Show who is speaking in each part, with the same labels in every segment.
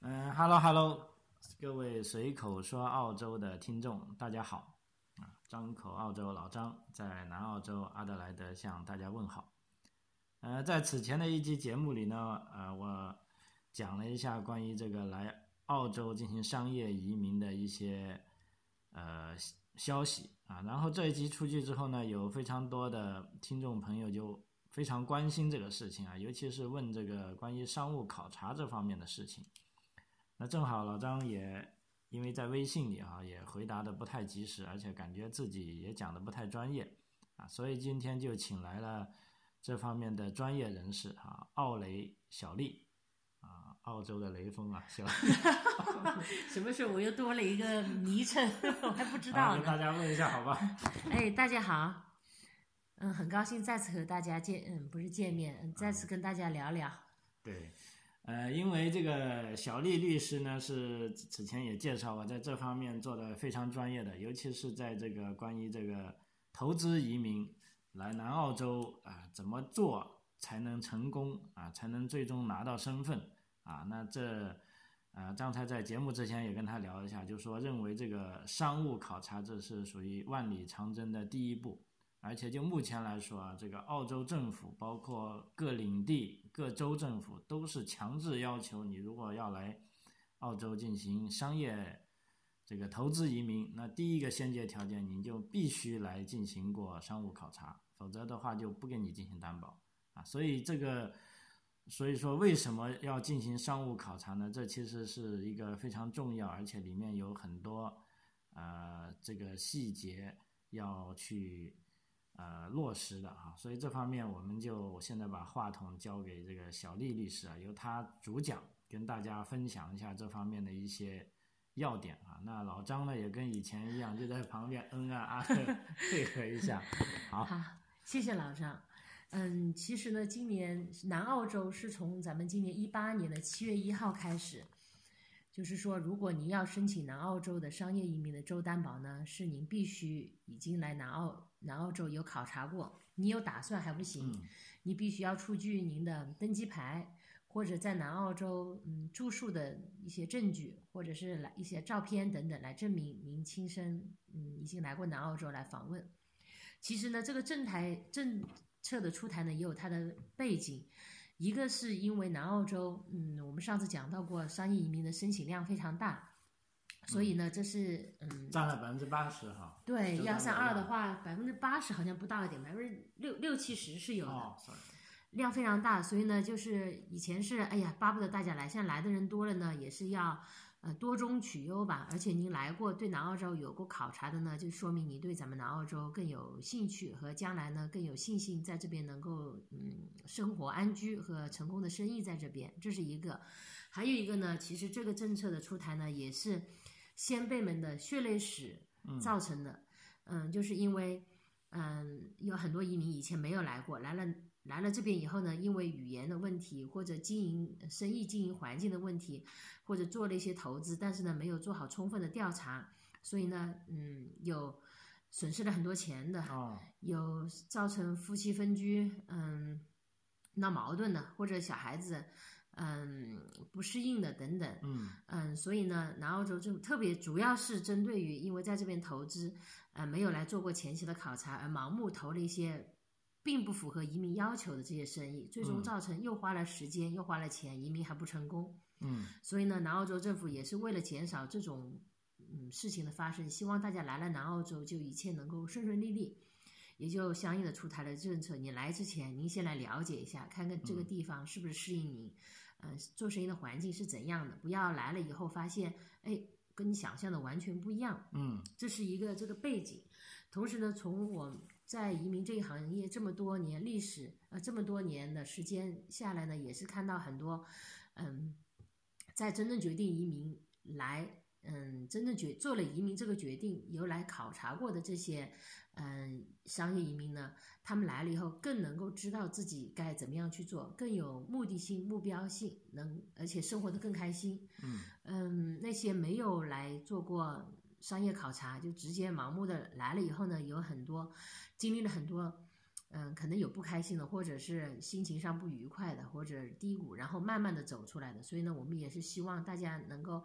Speaker 1: 嗯 Hello Hello，各位随口说澳洲的听众，大家好啊！张口澳洲老张在南澳洲阿德莱德向大家问好。呃，在此前的一期节目里呢，呃，我讲了一下关于这个来澳洲进行商业移民的一些呃消息啊。然后这一期出去之后呢，有非常多的听众朋友就非常关心这个事情啊，尤其是问这个关于商务考察这方面的事情。那正好老张也因为在微信里啊也回答的不太及时，而且感觉自己也讲的不太专业啊，所以今天就请来了这方面的专业人士啊，奥雷小丽啊，澳洲的雷锋啊，小丽
Speaker 2: 什么时候我又多了一个昵称，我还 不知
Speaker 1: 啊，
Speaker 2: 道
Speaker 1: 跟大
Speaker 2: 呢。
Speaker 1: 家问一下好吧？
Speaker 2: 哎，大家好，嗯，很高兴再次和大家见，嗯，不是见面，嗯，再次跟大家聊聊。
Speaker 1: 对，呃，因为这个小丽律师呢是此前也介绍过，在这方面做的非常专业的，尤其是在这个关于这个投资移民来南澳洲啊、怎么做才能成功啊、才能最终拿到身份啊、那这啊、刚才在节目之前也跟他聊一下，就说认为这个商务考察这是属于万里长征的第一步。而且就目前来说啊，这个澳洲政府包括各领地、各州政府都是强制要求你，如果要来澳洲进行商业这个投资移民，那第一个先决条件，你就必须来进行过商务考察，否则的话就不给你进行担保啊。所以这个，所以说为什么要进行商务考察呢？这其实是一个非常重要，而且里面有很多呃这个细节要去呃落实的哈、所以这方面我们就现在把话筒交给这个小丽律师啊，由她主讲，跟大家分享一下这方面的一些要点啊。那老张呢也跟以前一样，就在旁边嗯啊啊的配 合一下。好，
Speaker 2: 好，谢谢老张。嗯，其实呢，今年南澳洲是从咱们今年一八年的七月一号开始，就是说，如果您要申请南澳洲的商业移民的州担保呢，是您必须已经来南澳南澳洲有考察过，你有打算还不
Speaker 1: 嗯
Speaker 2: 行，你必须要出具您的登机牌，或者在南澳洲嗯住宿的一些证据，或者是来一些照片等等来证明您亲身嗯已经来过南澳洲来访问。其实呢，这个政台政策的出台呢，也有它的背景。一个是因为南澳洲，嗯，我们上次讲到过，商业移民的申请量非常大，所以呢，这是嗯，
Speaker 1: 占了百分之八十哈。
Speaker 2: 对
Speaker 1: 就
Speaker 2: 幺
Speaker 1: 这
Speaker 2: 三
Speaker 1: 样
Speaker 2: 二
Speaker 1: 吧
Speaker 2: 的话，百分之八十好像不到一点，百分之六六七十是有的。
Speaker 1: 哦，sorry，
Speaker 2: 量非常大，所以呢，就是以前是哎呀，巴不得大家来，现在来的人多了呢，也是要呃多中取优吧。而且您来过对南澳洲有过考察的呢，就说明你对咱们南澳洲更有兴趣和将来呢更有信心，在这边能够嗯生活安居和成功的生意在这边，这是一个。还有一个呢，其实这个政策的出台呢，也是先辈们的血泪史造成的。嗯，就是因为嗯，有很多移民以前没有来过，来了来了这边以后呢，因为语言的问题或者经营生意经营环境的问题，或者做了一些投资，但是呢没有做好充分的调查，所以呢，嗯，有损失了很多钱的，
Speaker 1: 哦，
Speaker 2: 有造成夫妻分居，嗯，闹矛盾的，或者小孩子，嗯，不适应的等等，
Speaker 1: 嗯
Speaker 2: 嗯，所以呢，南澳洲政府特别主要是针对于因为在这边投资，呃，没有来做过前期的考察，而盲目投了一些并不符合移民要求的这些生意，最终造成又花了时间、又花了钱，移民还不成功。
Speaker 1: 嗯
Speaker 2: 所以呢，南澳洲政府也是为了减少这种嗯事情的发生，希望大家来了南澳洲就一切能够顺顺利利，也就相应的出台了政策。你来之前，您先来了解一下，看看这个地方是不是适应您，嗯、做生意的环境是怎样的，不要来了以后发现，哎，跟你想象的完全不一样。
Speaker 1: 嗯
Speaker 2: 这是一个这个背景。同时呢，从我在移民这一行业这么多年历史，呃，这么多年的时间下来呢，也是看到很多，嗯，在真正决定移民来，嗯，真正决做了移民这个决定，由来考察过的这些，嗯，商业移民呢，他们来了以后更能够知道自己该怎么样去做，更有目的性、目标性，能而且生活的更开心。
Speaker 1: 嗯
Speaker 2: 嗯，那些没有来做过商业考察，就直接盲目的来了以后呢，有很多经历了很多，嗯，可能有不开心的，或者是心情上不愉快的，或者低谷，然后慢慢的走出来的。所以呢，我们也是希望大家能够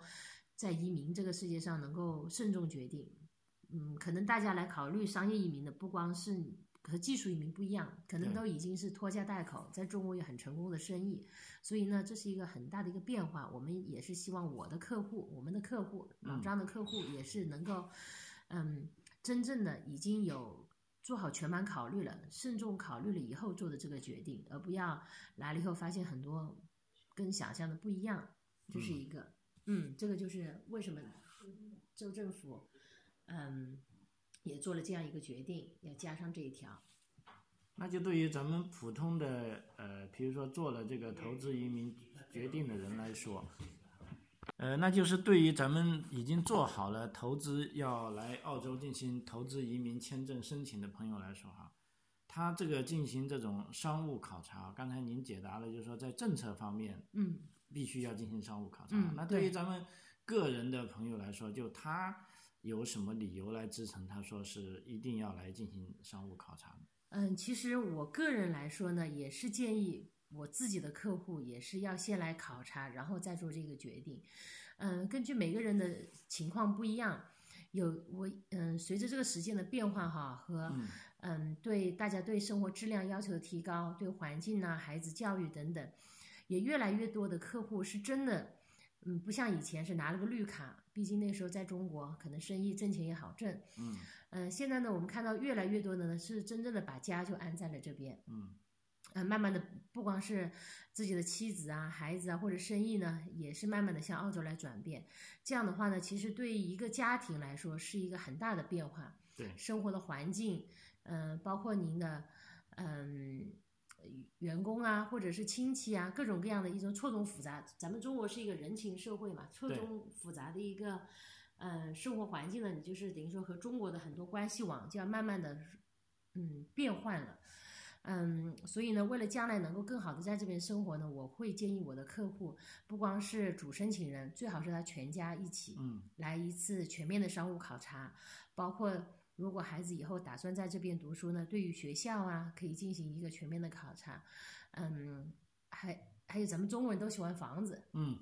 Speaker 2: 在移民这个世界上能够慎重决定。嗯，可能大家来考虑商业移民的，不光是和技术移民不一样，可能
Speaker 1: 对
Speaker 2: 都已经是拖家带口，在中国有很成功的生意。所以呢，这是一个很大的一个变化。我们也是希望我的客户，我们的客户，老
Speaker 1: 嗯
Speaker 2: 张的客户也是能够，嗯，真正的已经有做好全盘考虑了，慎重考虑了以后做的这个决定，而不要来了以后发现很多跟想象的不一样，这是
Speaker 1: 嗯
Speaker 2: 一个，嗯，这个就是为什么州政府，嗯，也做了这样一个决定，要加上这一条，
Speaker 1: 那就对于咱们普通的呃，比如说做了这个投资移民决定的人来说，呃，那就是对于咱们已经做好了投资要来澳洲进行投资移民签证申请的朋友来说哈，他这个进行这种商务考察，刚才您解答了，就是说在政策方面
Speaker 2: 嗯
Speaker 1: 必须要进行商务考察。
Speaker 2: 嗯
Speaker 1: 那对于
Speaker 2: 对
Speaker 1: 咱们个人的朋友来说，就他有什么理由来支撑他说是一定要来进行商务考察呢？
Speaker 2: 嗯，其实我个人来说呢，也是建议我自己的客户也是要先来考察，然后再做这个决定。嗯，根据每个人的情况不一样，有我嗯，随着这个时间的变化哈和
Speaker 1: 嗯
Speaker 2: 嗯，对大家对生活质量要求的提高，对环境呐、孩子教育等等，也越来越多的客户是真的，嗯，不像以前是拿了个绿卡，毕竟那时候在中国可能生意挣钱也好挣。
Speaker 1: 嗯
Speaker 2: 嗯、现在呢，我们看到越来越多的呢是真正的把家就安在了这边。
Speaker 1: 嗯
Speaker 2: 呃，慢慢的，不光是自己的妻子啊、孩子啊，或者生意呢，也是慢慢的向澳洲来转变。这样的话呢，其实对于一个家庭来说是一个很大的变化。
Speaker 1: 对
Speaker 2: 生活的环境，嗯、包括您的，嗯、呃员工啊，或者是亲戚啊，各种各样的一种错综复杂。咱们中国是一个人情社会嘛，错
Speaker 1: 对
Speaker 2: 综复杂的一个，呃，生活环境呢，你就是等于说和中国的很多关系网就要慢慢的，嗯，变换了。嗯，所以呢，为了将来能够更好的在这边生活呢，我会建议我的客户，不光是主申请人，最好是他全家一起，
Speaker 1: 嗯
Speaker 2: 来一次全面的商务考察，包括如果孩子以后打算在这边读书呢，对于学校啊，可以进行一个全面的考察。嗯，还还有咱们中国人都喜欢房子，
Speaker 1: 嗯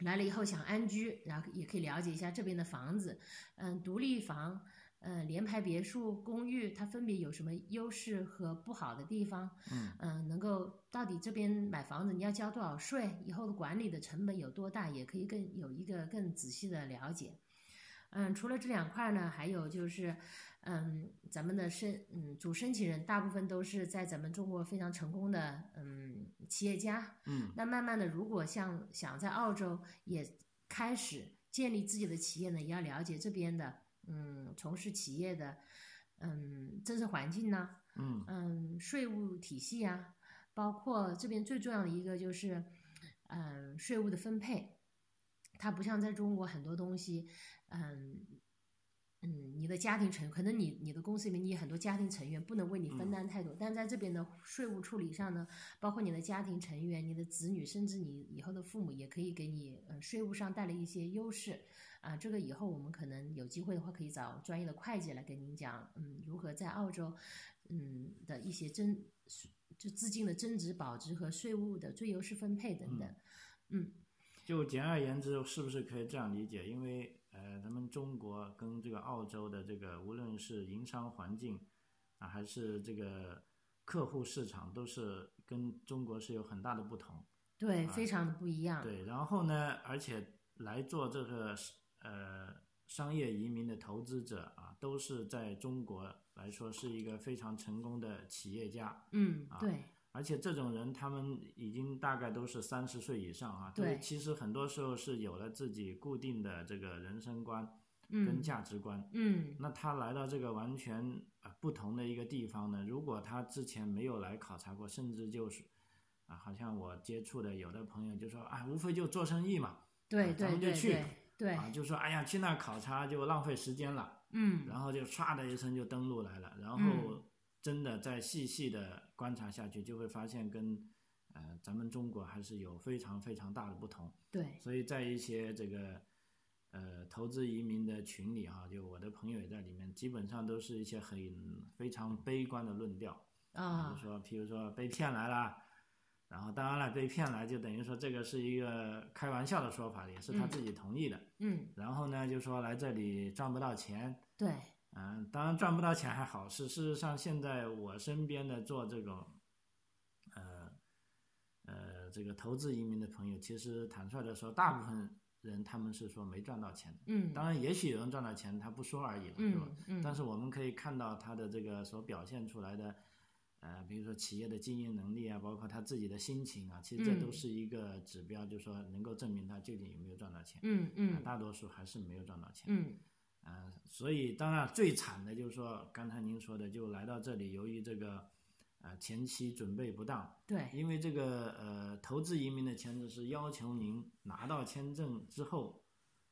Speaker 2: 来了以后想安居，然后也可以了解一下这边的房子，嗯，独立房，嗯，联排别墅、公寓，它分别有什么优势和不好的地方？
Speaker 1: 嗯
Speaker 2: 嗯，能够到底这边买房子你要交多少税，以后的管理的成本有多大，也可以更有一个更仔细的了解。嗯，除了这两块呢，还有就是，嗯，咱们的申嗯主申请人大部分都是在咱们中国非常成功的嗯企业家。
Speaker 1: 嗯
Speaker 2: 那慢慢的，如果像想在澳洲也开始建立自己的企业呢，也要了解这边的嗯从事企业的嗯政策环境呢、
Speaker 1: 嗯
Speaker 2: 嗯，税务体系啊，包括这边最重要的一个就是，嗯，税务的分配，它不像在中国很多东西，嗯嗯，你的家庭成可能你你的公司里面你有很多家庭成员不能为你分
Speaker 1: 嗯
Speaker 2: 担太多，但在这边的税务处理上呢，包括你的家庭成员、你的子女，甚至你以后的父母，也可以给你呃税务上带来一些优势。啊，这个以后我们可能有机会的话，可以找专业的会计来跟您讲，嗯，如何在澳洲，嗯的一些增就资金的增值保值和税务的最优势分配等等。嗯
Speaker 1: 就简而言之，是不是可以这样理解？因为呃，咱们中国跟这个澳洲的这个，无论是营商环境啊，还是这个客户市场，都是跟中国是有很大的不同。
Speaker 2: 对，
Speaker 1: 啊
Speaker 2: 非常的不一样。
Speaker 1: 对，然后呢，而且来做这个呃商业移民的投资者啊，都是在中国来说是一个非常成功的企业家。
Speaker 2: 嗯
Speaker 1: 啊，
Speaker 2: 对，
Speaker 1: 而且这种人，他们已经大概都是三十岁以上啊，
Speaker 2: 对
Speaker 1: 就是其实很多时候是有了自己固定的这个人生观跟
Speaker 2: 嗯
Speaker 1: 价值观。
Speaker 2: 嗯
Speaker 1: 那他来到这个完全呃不同的一个地方呢，如果他之前没有来考察过，甚至就是啊，好像我接触的有的朋友就说啊，无非就做生意嘛，
Speaker 2: 对
Speaker 1: 啊咱
Speaker 2: 对
Speaker 1: 们就
Speaker 2: 对
Speaker 1: 去
Speaker 2: 对对，
Speaker 1: 啊，就说哎呀，去那儿考察就浪费时间了，
Speaker 2: 嗯
Speaker 1: 然后就唰的一声就登录来了，然后
Speaker 2: 嗯
Speaker 1: 真的再细细的观察下去，就会发现跟呃咱们中国还是有非常非常大的不同。
Speaker 2: 对，
Speaker 1: 所以在一些这个呃投资移民的群里哈、就我的朋友也在里面，基本上都是一些很非常悲观的论调比
Speaker 2: 啊
Speaker 1: 如说，譬如说被骗来啦，然后当然了，被骗来就等于说这个是一个开玩笑的说法，也是他
Speaker 2: 嗯
Speaker 1: 自己同意的。
Speaker 2: 嗯，
Speaker 1: 然后呢，就说来这里赚不到钱，
Speaker 2: 对，
Speaker 1: 嗯，当然赚不到钱还好，是事实上现在我身边的做这种，呃，呃，这个投资移民的朋友，其实坦率的说，大部分人他们是说没赚到钱的。
Speaker 2: 嗯，
Speaker 1: 当然，也许有人赚到钱，他不说而已嘛，对吧？
Speaker 2: 嗯嗯，
Speaker 1: 但是我们可以看到他的这个所表现出来的，呃，比如说企业的经营能力啊，包括他自己的心情啊，其实这
Speaker 2: 嗯
Speaker 1: 都是一个指标，就是说能够证明他究竟有没有赚到钱。
Speaker 2: 嗯
Speaker 1: 啊
Speaker 2: 嗯
Speaker 1: 大多数还是没有赚到钱。
Speaker 2: 嗯
Speaker 1: 嗯，所以当然最惨的就是说，刚才您说的，就来到这里，由于这个，呃，前期准备不当，
Speaker 2: 对，
Speaker 1: 因为这个呃，投资移民的前提是要求您拿到签证之后，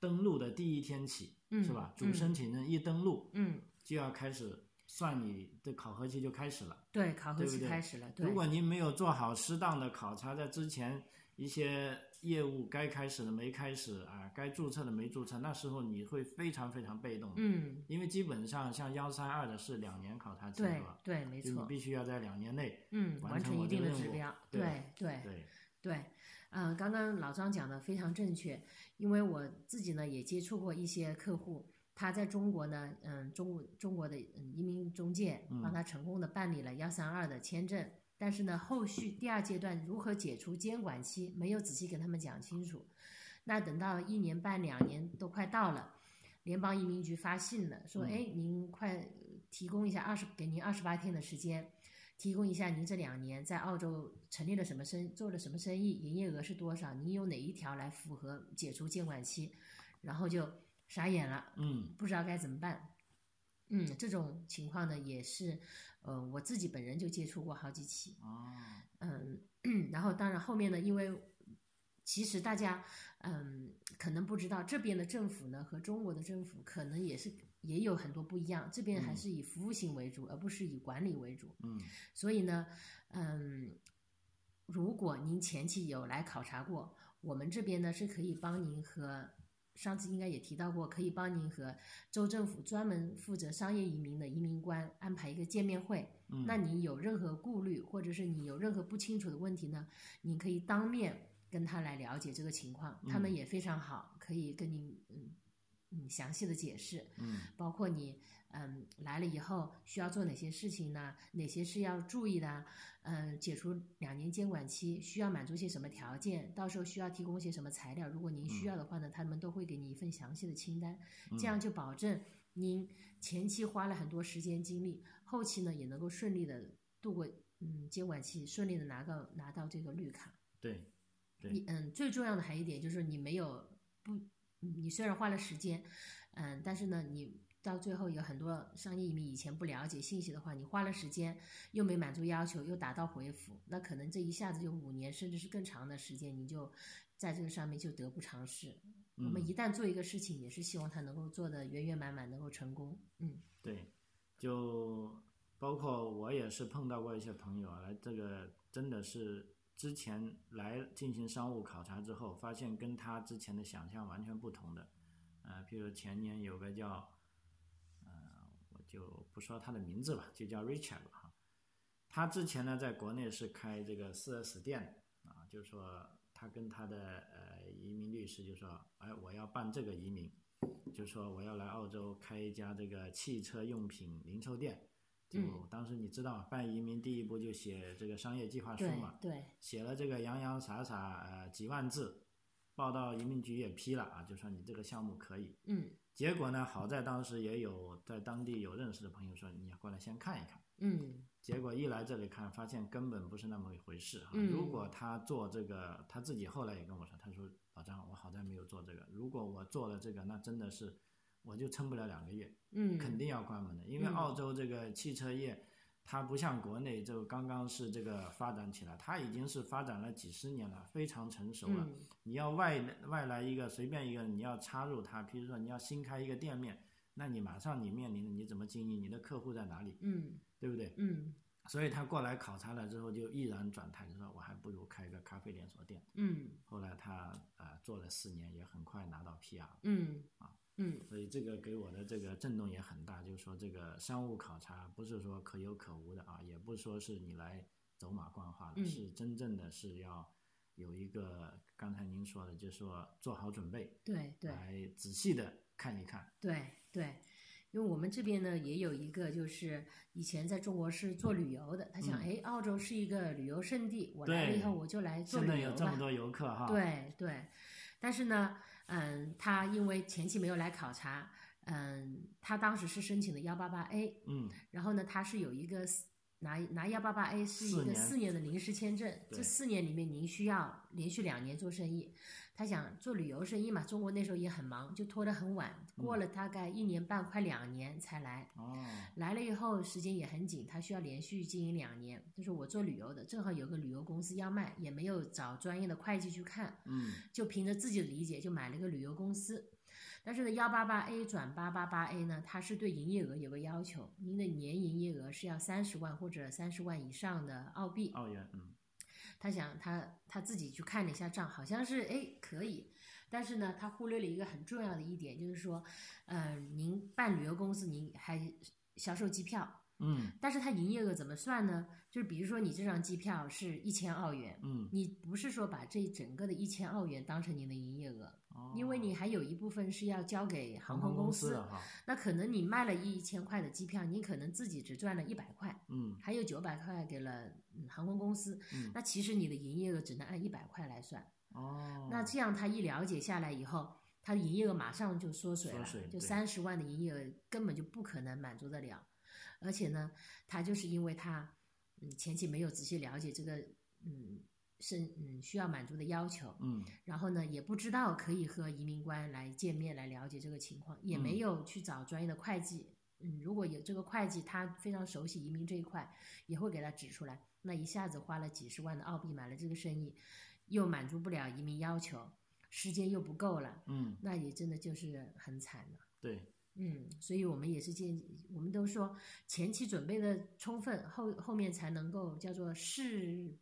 Speaker 1: 登录的第一天起，
Speaker 2: 嗯
Speaker 1: 是吧？主
Speaker 2: 嗯
Speaker 1: 申请人一登录，
Speaker 2: 嗯
Speaker 1: 就要开始算你的考核期就开始了。
Speaker 2: 对，考核
Speaker 1: 对不
Speaker 2: 期
Speaker 1: 对
Speaker 2: 开始了，对
Speaker 1: 如，果您没有做好适当的考察，在之前一些业务该开始的没开始啊，该注册的没注册，那时候你会非常非常被动的。
Speaker 2: 嗯，
Speaker 1: 因为基本上像幺三二的是两年考察期，
Speaker 2: 对
Speaker 1: 是吧？
Speaker 2: 对，没
Speaker 1: 就你
Speaker 2: 错，
Speaker 1: 必须要在两年内，
Speaker 2: 嗯，
Speaker 1: 完
Speaker 2: 完
Speaker 1: 成
Speaker 2: 成
Speaker 1: 我
Speaker 2: 一
Speaker 1: 这
Speaker 2: 定
Speaker 1: 个
Speaker 2: 的
Speaker 1: 任
Speaker 2: 指
Speaker 1: 务
Speaker 2: 标，
Speaker 1: 对
Speaker 2: 对对
Speaker 1: 对，
Speaker 2: 对，嗯、刚刚老张讲的非常正确，因为我自己呢也接触过一些客户，他在中国呢，嗯，中国中国的嗯移民中介帮
Speaker 1: 嗯
Speaker 2: 他成功的办理了幺三二的签证，但是呢，后续第二阶段如何解除监管期，没有仔细给他们讲清楚，那等到一年半两年都快到了，联邦移民局发信了，说，
Speaker 1: 嗯
Speaker 2: 哎，您快呃提供一下二十，给您二十八天的时间。提供一下您这两年在澳洲成立了什么生，做了什么生意，营业额是多少，您有哪一条来符合解除监管期，然后就傻眼了，
Speaker 1: 嗯
Speaker 2: 不知道该怎么办。嗯，这种情况呢，也是，呃，我自己本人就接触过好几起。
Speaker 1: 哦，
Speaker 2: 嗯，然后当然后面呢，因为其实大家嗯可能不知道，这边的政府呢和中国的政府可能也是也有很多不一样，这边还
Speaker 1: 嗯
Speaker 2: 是以服务型为主，而不是以管理为主。
Speaker 1: 嗯
Speaker 2: 所以呢，嗯，如果您前期有来考察过，我们这边呢是可以帮您和上次应该也提到过，可以帮您和州政府专门负责商业移民的移民官安排一个见面会。
Speaker 1: 嗯，
Speaker 2: 那你有任何顾虑，或者是你有任何不清楚的问题呢，你可以当面跟他来了解这个情况，他们
Speaker 1: 嗯
Speaker 2: 也非常好，可以跟您嗯嗯详细的解释。
Speaker 1: 嗯
Speaker 2: 包括你嗯来了以后需要做哪些事情呢？哪些是要注意的？嗯，解除两年监管期需要满足些什么条件？到时候需要提供些什么材料？如果您需
Speaker 1: 嗯
Speaker 2: 要的话呢，他们都会给你一份详细的清单，
Speaker 1: 嗯
Speaker 2: 这样就保证您前期花了很多时间精力，后期呢也能够顺利的度过嗯监管期，顺利的拿到拿到这个绿卡。
Speaker 1: 对对
Speaker 2: 你嗯，最重要的还有一点就是你没有不，你虽然花了时间，嗯，但是呢，你到最后有很多商业移民以前不了解信息的话，你花了时间又没满足要求，又达到回复，那可能这一下子就五年甚至是更长的时间，你就在这个上面就得不偿失。我们
Speaker 1: 嗯
Speaker 2: 一旦做一个事情，也是希望它能够做得圆圆满满，能够成功。嗯
Speaker 1: 对，就包括我也是碰到过一些朋友啊，来这个真的是之前来进行商务考察之后，发现跟他之前的想象完全不同的。呃，譬如前年有个叫，呃，我就不说他的名字吧，就叫 Richard 吧哈。他之前呢，在国内是开这个 4S 店的啊，就是说他跟他的呃移民律师就说，哎，我要办这个移民，就说我要来澳洲开一家这个汽车用品零售店。就
Speaker 2: 嗯
Speaker 1: 当时你知道，办移民第一步就写这个商业计划书
Speaker 2: 对
Speaker 1: 嘛，
Speaker 2: 对，
Speaker 1: 写了这个洋洋洒洒呃几万字，报到移民局也批了啊，就说你这个项目可以。
Speaker 2: 嗯
Speaker 1: 结果呢，好在当时也有在当地有认识的朋友说你要过来先看一看。
Speaker 2: 嗯
Speaker 1: 结果一来这里看，发现根本不是那么一回事啊！
Speaker 2: 嗯
Speaker 1: 如果他做这个，他自己后来也跟我说，他说：“老张，我好在没有做这个，如果我做了这个，那真的是我就撑不了两个月，
Speaker 2: 嗯，
Speaker 1: 肯定要关门的。因为
Speaker 2: 嗯
Speaker 1: 澳洲这个汽车业，它不像国内就刚刚是这个发展起来，它已经是发展了几十年了，非常成熟了。
Speaker 2: 嗯
Speaker 1: 你要外外来一个随便一个，你要插入它，比如说你要新开一个店面，那你马上你面临的你怎么经营，你的客户在哪里，
Speaker 2: 嗯
Speaker 1: 对不对？
Speaker 2: 嗯
Speaker 1: 所以他过来考察了之后就毅然转态，就说我还不如开个咖啡连锁店。
Speaker 2: 嗯
Speaker 1: 后来他啊、呃做了四年，也很快拿到 PR，
Speaker 2: 嗯
Speaker 1: 啊
Speaker 2: 嗯
Speaker 1: 所以这个给我的这个震动也很大。就是说，这个商务考察不是说可有可无的啊，也不是说是你来走马观花的，
Speaker 2: 嗯
Speaker 1: 是真正的是要有一个刚才您说的，就是说做好准备，
Speaker 2: 对对。
Speaker 1: 来仔细的看一看。
Speaker 2: 对对，因为我们这边呢也有一个，就是以前在中国是做旅游的，他想，
Speaker 1: 嗯
Speaker 2: 哎、澳洲是一个旅游胜地，我来了
Speaker 1: 对
Speaker 2: 以后我就来做
Speaker 1: 现在
Speaker 2: 旅
Speaker 1: 有
Speaker 2: 游
Speaker 1: 这么
Speaker 2: 吧。
Speaker 1: 多游客哈，，
Speaker 2: 对对，但是呢，嗯，他因为前期没有来考察，嗯，他当时是申请的幺八八 A，
Speaker 1: 嗯，
Speaker 2: 然后呢，他是有一个四拿拿幺八八 A 是一
Speaker 1: 四
Speaker 2: 个
Speaker 1: 年
Speaker 2: 四年的临时签证，这
Speaker 1: 对
Speaker 2: 四年里面您需要连续两年做生意。他想做旅游生意嘛，中国那时候也很忙，就拖得很晚，
Speaker 1: 嗯
Speaker 2: 过了大概一年半，快两年才来。
Speaker 1: 哦，
Speaker 2: 来了以后时间也很紧，他需要连续经营两年。就是我做旅游的，正好有个旅游公司要卖，也没有找专业的会计去看，
Speaker 1: 嗯，
Speaker 2: 就凭着自己的理解就买了一个旅游公司。但是呢，幺八八 A 转八八八 A 呢，它是对营业额有个要求，您的年营业额是要三十万或者三十万以上的澳币。
Speaker 1: 澳元，嗯，
Speaker 2: 他想他他自己去看了一下账，好像是哎可以，但是呢，他忽略了一个很重要的一点，就是说，嗯、您办旅游公司，您还销售机票，
Speaker 1: 嗯，
Speaker 2: 但是它营业额怎么算呢？就是比如说你这张机票是一千澳元，
Speaker 1: 嗯，
Speaker 2: 你不是说把这整个的一千澳元当成您的营业额，
Speaker 1: 哦
Speaker 2: 因为你还有一部分是要交给
Speaker 1: 航
Speaker 2: 航
Speaker 1: 空
Speaker 2: 空
Speaker 1: 公
Speaker 2: 公
Speaker 1: 司啊
Speaker 2: 司
Speaker 1: 的，哈，
Speaker 2: 那可能你卖了一千块的机票，你可能自己只赚了一百块。
Speaker 1: 嗯
Speaker 2: 还有九百块给了、嗯航空公司，
Speaker 1: 嗯，
Speaker 2: 那其实你的营业额只能按一百块来算。
Speaker 1: 哦，
Speaker 2: 那这样他一了解下来以后，他的营业额马上就缩水
Speaker 1: 缩
Speaker 2: 了，
Speaker 1: 水
Speaker 2: 就
Speaker 1: 对
Speaker 2: 三十万的营业额根本就不可能满足得了。而且呢，他就是因为他嗯前期没有仔细了解这个嗯是嗯需要满足的要求，
Speaker 1: 嗯，
Speaker 2: 然后呢也不知道可以和移民官来见面来了解这个情况，也没
Speaker 1: 嗯
Speaker 2: 有去找专业的会计。嗯，如果有这个会计，他非常熟悉移民这一块，也会给他指出来。那一下子花了几十万的澳币买了这个生意，又满足不了移民要求，时间又不够了，
Speaker 1: 嗯，
Speaker 2: 那也真的就是很惨了。
Speaker 1: 对，
Speaker 2: 嗯，所以我们也是建议，我们都说前期准备的充分，后后面才能够叫做事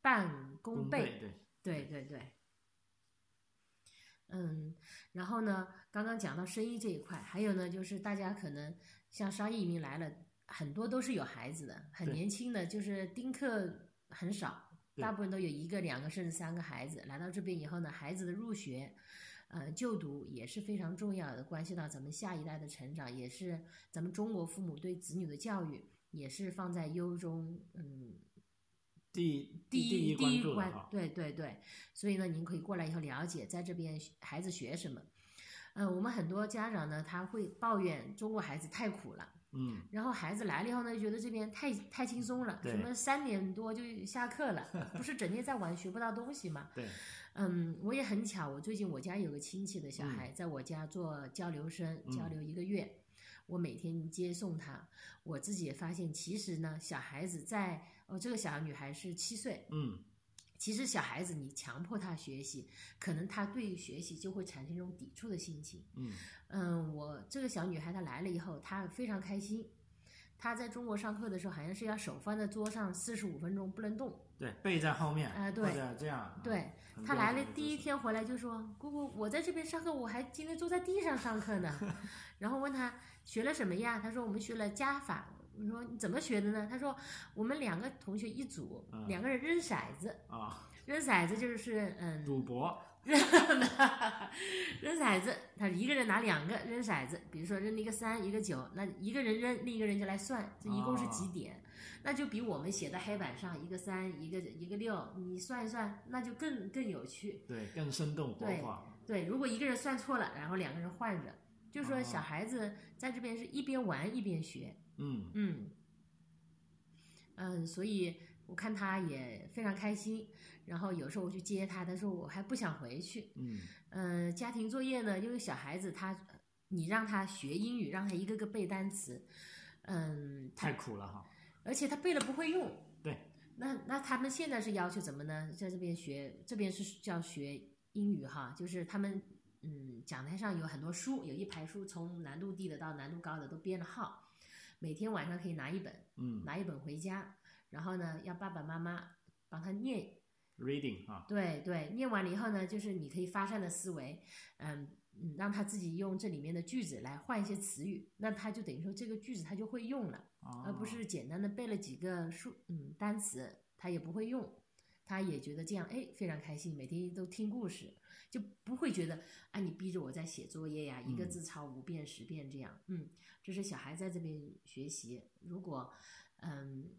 Speaker 2: 半功
Speaker 1: 工
Speaker 2: 倍
Speaker 1: 倍，。对，
Speaker 2: 对对对，嗯，然后呢，刚刚讲到生意这一块，还有呢，就是大家可能像商业移民来了，很多都是有孩子的，很
Speaker 1: 对
Speaker 2: 年轻的，就是丁克很少，
Speaker 1: 对
Speaker 2: 大部分都有一个、两个甚至三个孩子。来到这边以后呢，孩子的入学。呃，就读也是非常重要的，关系到咱们下一代的成长，也是咱们中国父母对子女的教育，也是放在优中，嗯，
Speaker 1: 第
Speaker 2: 第
Speaker 1: 第
Speaker 2: 一
Speaker 1: 关注的
Speaker 2: 关
Speaker 1: 哈，
Speaker 2: 对对对，所以呢，您可以过来以后了解，在这边学孩子学什么。呃，我们很多家长呢，他会抱怨中国孩子太苦了，
Speaker 1: 嗯，
Speaker 2: 然后孩子来了以后呢，觉得这边太太轻松了，
Speaker 1: 对
Speaker 2: 什么三点多就下课了， 不是整天在玩学不到东西嘛。
Speaker 1: 对，
Speaker 2: 嗯，我也很巧，我最近我家有个亲戚的小孩，在我家做交流生，交
Speaker 1: 嗯
Speaker 2: 流一个月，我每天接送他，我自己也发现，其实呢，小孩子在哦，这个小女孩是七岁，
Speaker 1: 嗯，
Speaker 2: 其实小孩子，你强迫他学习，可能他对于学习就会产生一种抵触的心情。
Speaker 1: 嗯，
Speaker 2: 嗯，我这个小女孩她来了以后，她非常开心。她在中国上课的时候，好像是要手放在桌上四十五分钟不能动。
Speaker 1: 对，背在后面，
Speaker 2: 啊对
Speaker 1: 或者这样，啊
Speaker 2: 对
Speaker 1: 很
Speaker 2: 她
Speaker 1: 标
Speaker 2: 来
Speaker 1: 准
Speaker 2: 了
Speaker 1: 的
Speaker 2: 第一
Speaker 1: 姿势，
Speaker 2: 天回来就说：“姑姑，我在这边上课，我还今天坐在地上上课 呢。”然后问她学了什么呀？她说：“我们学了加法。”我说：“你怎么学的呢？”她说：“我们两个同学一组，
Speaker 1: 嗯
Speaker 2: 两个人扔骰子，
Speaker 1: 啊，
Speaker 2: 扔骰子就是嗯，
Speaker 1: 赌博，
Speaker 2: 扔骰子，他一个人拿两个扔骰子，比如说扔了一个三，一个九，那一个人扔，另一个人就来算，这一共是几点？那就比我们写在黑板上一个三，一个一个六，你算一算，那就更更有趣。
Speaker 1: 对，更生动活
Speaker 2: 对
Speaker 1: 化，
Speaker 2: 对，如果一个人算错了，然后两个人换着，就说
Speaker 1: 哦
Speaker 2: 小孩子在这边是一边玩一边学，
Speaker 1: 嗯，
Speaker 2: 嗯，嗯，所以我看他也非常开心。然后有时候我去接他，他说我还不想回去。
Speaker 1: 嗯，
Speaker 2: 嗯，家庭作业呢，因为小孩子他，你让他学英语，让他一个个背单词，嗯，他
Speaker 1: 太苦了哈，
Speaker 2: 而且他背了不会用。
Speaker 1: 对。
Speaker 2: 那那他们现在是要求怎么呢？在这边学，这边是叫学英语哈，就是他们嗯讲台上有很多书，有一排书从难度低的到难度高的都编了号，每天晚上可以拿一本，
Speaker 1: 嗯
Speaker 2: 拿一本回家，然后呢，要爸爸妈妈帮他念。
Speaker 1: ，reading 啊，
Speaker 2: 对对，念完了以后呢，就是你可以发散的思维，嗯嗯，让他自己用这里面的句子来换一些词语，那他就等于说这个句子他就会用了。
Speaker 1: 啊
Speaker 2: 而呃
Speaker 1: 哦
Speaker 2: 不是简单的背了几个数嗯单词，他也不会用，他也觉得这样哎非常开心，每天都听故事，就不会觉得啊你逼着我在写作业呀，一个
Speaker 1: 嗯
Speaker 2: 字抄五遍十遍这样，嗯，这是小孩在这边学习。如果嗯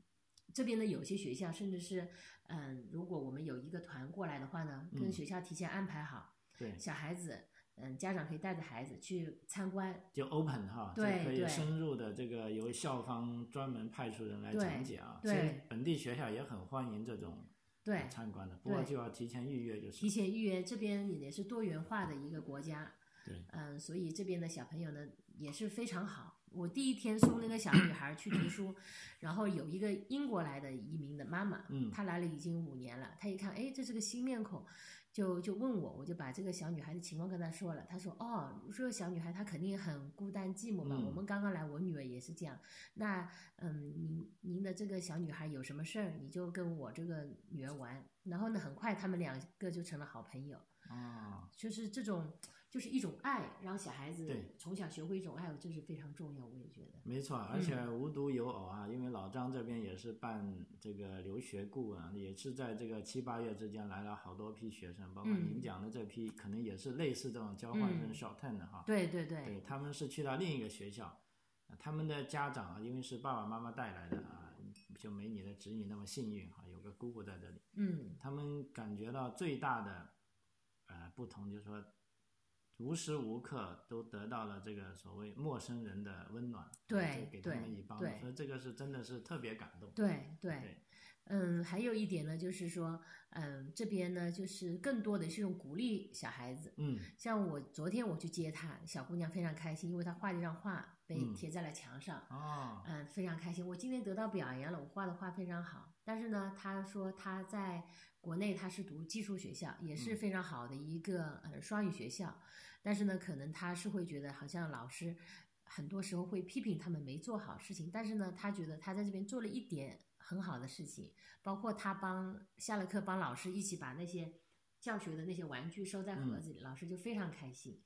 Speaker 2: 这边的有些学校甚至是嗯如果我们有一个团过来的话呢，跟
Speaker 1: 嗯
Speaker 2: 学校提前安排好，
Speaker 1: 对，
Speaker 2: 小孩子嗯家长可以带着孩子去参观，
Speaker 1: 就 open 哈，就
Speaker 2: 对
Speaker 1: 可以
Speaker 2: 对
Speaker 1: 深入的这个由校方专门派出人来
Speaker 2: 对
Speaker 1: 讲解啊。
Speaker 2: 对
Speaker 1: 其实本地学校也很欢迎这种
Speaker 2: 对，
Speaker 1: 参观的，不过
Speaker 2: 对
Speaker 1: 就要提前预约就是
Speaker 2: 提。前预约这边也是多元化的一个国家，
Speaker 1: 对，
Speaker 2: 嗯，所以这边的小朋友呢也是非常好。我第一天送那个小女孩去读书，然后有一个英国来的移民的妈妈，
Speaker 1: 嗯
Speaker 2: 她来了已经五年了，她一看，哎，这是个新面孔，就就问我，我就把这个小女孩的情况跟她说了，她说，哦，这个小女孩她肯定很孤单寂寞吧？
Speaker 1: 嗯
Speaker 2: 我们刚刚来，我女儿也是这样。那嗯，您您的这个小女孩有什么事儿，你就跟我这个女儿玩。然后呢，很快他们两个就成了好朋友。
Speaker 1: 啊，
Speaker 2: 就是这种，就是一种爱，让小孩子
Speaker 1: 对
Speaker 2: 从小学会一种爱，这是非常重要，我也觉得。
Speaker 1: 没错，而且无独有偶啊，因为老张这边也是办这个留学顾问啊，也是在这个七八月之间来了好多批学生，包括
Speaker 2: 嗯
Speaker 1: 您讲的这批，可能也是类似这种交换生
Speaker 2: 嗯
Speaker 1: short term 的哈。
Speaker 2: 对对对，
Speaker 1: 对，他们是去到另一个学校，呃他们的家长啊，因为是爸爸妈妈带来的啊，就没你的侄女那么幸运啊，有个姑姑在这里，
Speaker 2: 嗯
Speaker 1: 他们感觉到最大的呃不同就是说，无时无刻都得到了这个所谓陌生人的温暖，啊
Speaker 2: 对
Speaker 1: 就给他
Speaker 2: 对
Speaker 1: 们以帮助
Speaker 2: 对，
Speaker 1: 所以这个是真的是特别感动，
Speaker 2: 对对，
Speaker 1: 对，
Speaker 2: 嗯，还有一点呢，就是说，嗯，这边呢，就是更多的是用鼓励小孩子。
Speaker 1: 嗯，
Speaker 2: 像我昨天我去接她，小姑娘非常开心，因为她画了一张画被
Speaker 1: 嗯
Speaker 2: 贴在了墙上，
Speaker 1: 哦，
Speaker 2: 嗯，非常开心。我今天得到表扬了，我画的画非常好。但是呢，他说他在国内他是读技术学校，也是
Speaker 1: 嗯
Speaker 2: 非常好的一个呃双语学校，但是呢，可能他是会觉得好像老师很多时候会批评他们没做好事情，但是呢，他觉得他在这边做了一点很好的事情，包括他帮下了课帮老师一起把那些教学的那些玩具收在盒
Speaker 1: 嗯
Speaker 2: 子里，老师就非常开心。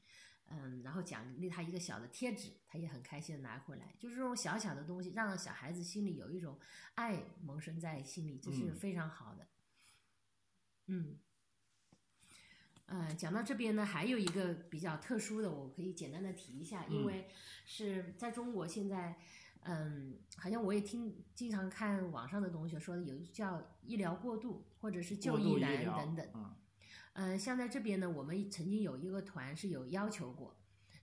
Speaker 2: 嗯，然后奖励他一个小的贴纸，他也很开心的拿回来。就是这种小小的东西，让小孩子心里有一种爱萌生在心里，这是
Speaker 1: 嗯
Speaker 2: 非常好的。嗯，呃，讲到这边呢，还有一个比较特殊的，我可以简单的提一下，因
Speaker 1: 嗯
Speaker 2: 为是在中国现在，嗯，好像我也听经常看网上的同学说的，有叫医疗过度或者是就
Speaker 1: 过度
Speaker 2: 医
Speaker 1: 医
Speaker 2: 难
Speaker 1: 疗
Speaker 2: 等等。
Speaker 1: 嗯
Speaker 2: 嗯，像在这边呢，我们曾经有一个团是有要求过，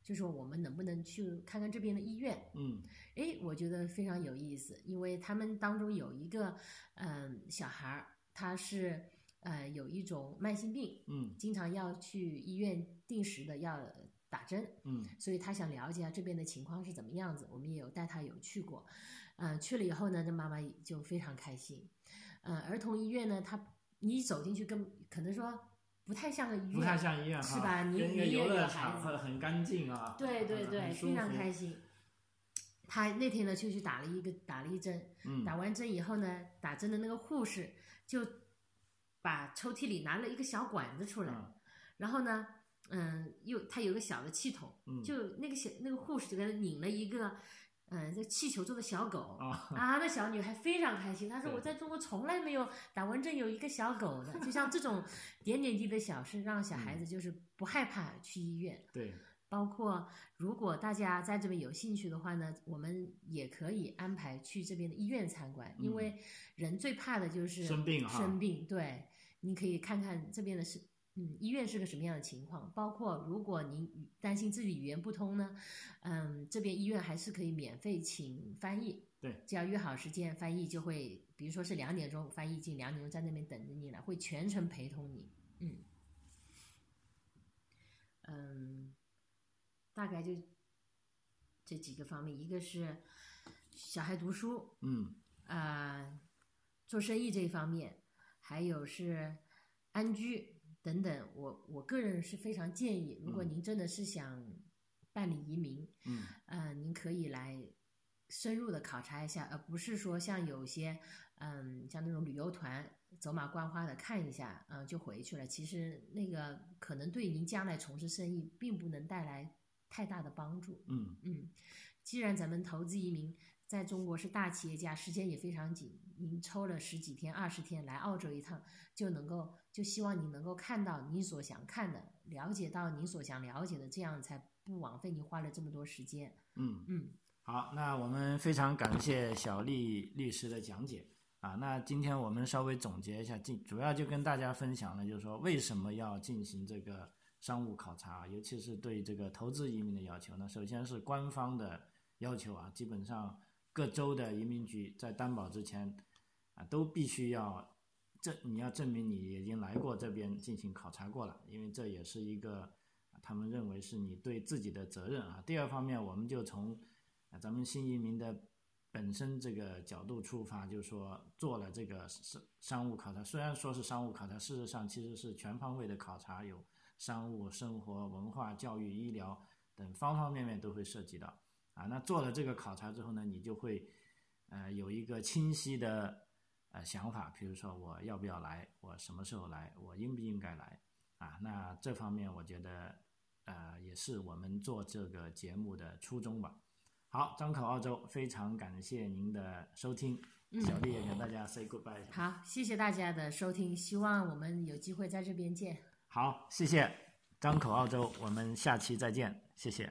Speaker 2: 就说我们能不能去看看这边的医院。
Speaker 1: 嗯
Speaker 2: 诶，我觉得非常有意思，因为他们当中有一个嗯小孩儿，他是呃有一种慢性病，
Speaker 1: 嗯
Speaker 2: 经常要去医院定时的要打针。
Speaker 1: 嗯
Speaker 2: 所以他想了解下啊这边的情况是怎么样子。我们也有带他有去过，嗯、去了以后呢，这妈妈就非常开心。嗯、儿童医院呢，他你一走进去跟可能说不太像个医院，
Speaker 1: 不太像医院哈，
Speaker 2: 是吧你
Speaker 1: 跟一个
Speaker 2: 你也
Speaker 1: 游
Speaker 2: 有
Speaker 1: 乐
Speaker 2: 孩
Speaker 1: 场
Speaker 2: 子
Speaker 1: 或者很干净啊，
Speaker 2: 对对
Speaker 1: 嗯
Speaker 2: 对，
Speaker 1: 很舒
Speaker 2: 非常
Speaker 1: 服
Speaker 2: 开心。他那天呢就去打了一个打了一针，
Speaker 1: 嗯
Speaker 2: 打完针以后呢，打针的那个护士就把抽屉里拿了一个小管子出来，
Speaker 1: 嗯
Speaker 2: 然后呢，嗯，又他有个小的气筒，
Speaker 1: 嗯
Speaker 2: 就那个小那个护士就给他拧了一个，嗯，这气球做的小狗。
Speaker 1: 啊，
Speaker 2: 啊，那小女孩非常开心。她说：“
Speaker 1: 对
Speaker 2: 我在中国从来没有打完针有一个小狗的，就像这种点点滴滴的小事，让小
Speaker 1: 嗯
Speaker 2: 孩子就是不害怕去医院。
Speaker 1: 对，
Speaker 2: 包括如果大家在这边有兴趣的话呢，我们也可以安排去这边的医院参观，
Speaker 1: 嗯
Speaker 2: 因为人最怕的就是
Speaker 1: 生病哈
Speaker 2: 生病，对，你可以看看这边的是。嗯，医院是个什么样的情况？包括如果您语担心自己语言不通呢，嗯，这边医院还是可以免费请翻译。
Speaker 1: 对，
Speaker 2: 只要约好时间，翻译就会，比如说是两点钟，翻译进两点钟在那边等着你了，会全程陪同你。嗯，嗯，大概就这几个方面，一个是小孩读书，
Speaker 1: 嗯
Speaker 2: 呃，做生意这一方面，还有是安居等等，我我个人是非常建议，如果
Speaker 1: 嗯
Speaker 2: 您真的是想办理移民，
Speaker 1: 嗯。
Speaker 2: 呃，您可以来深入的考察一下，而不是说像有些嗯像那种旅游团走马观花的看一下，嗯就回去了。其实那个可能对您将来从事生意并不能带来太大的帮助。
Speaker 1: 嗯
Speaker 2: 嗯，既然咱们投资移民在中国是大企业家，时间也非常紧，您抽了十几天、二十天来澳洲一趟，就能够就希望你能够看到你所想看的，了解到你所想了解的，这样才不枉费你花了这么多时间。
Speaker 1: 嗯，
Speaker 2: 嗯。
Speaker 1: 好，那我们非常感谢小丽律师的讲解啊。那今天我们稍微总结一下，进主要就跟大家分享了，就是说为什么要进行这个商务考察，尤其是对这个投资移民的要求呢？首先是官方的要求啊，基本上各州的移民局在担保之前啊，都必须要证你要证明你已经来过这边进行考察过了，因为这也是一个啊他们认为是你对自己的责任啊。第二方面，我们就从啊咱们新移民的本身这个角度出发，就是说做了这个商商务考察，虽然说是商务考察，事实上其实是全方位的考察，有商务、生活、文化、教育、医疗等方方面面都会涉及到。啊，那做了这个考察之后呢，你就会呃有一个清晰的呃想法，比如说我要不要来，我什么时候来，我应不应该来啊？那这方面我觉得呃也是我们做这个节目的初衷吧。好，张口澳洲，非常感谢您的收听，小丽也跟大家 say goodbye。
Speaker 2: 好，谢谢大家的收听，希望我们有机会在这边见。
Speaker 1: 好，谢谢张口澳洲，我们下期再见，谢谢。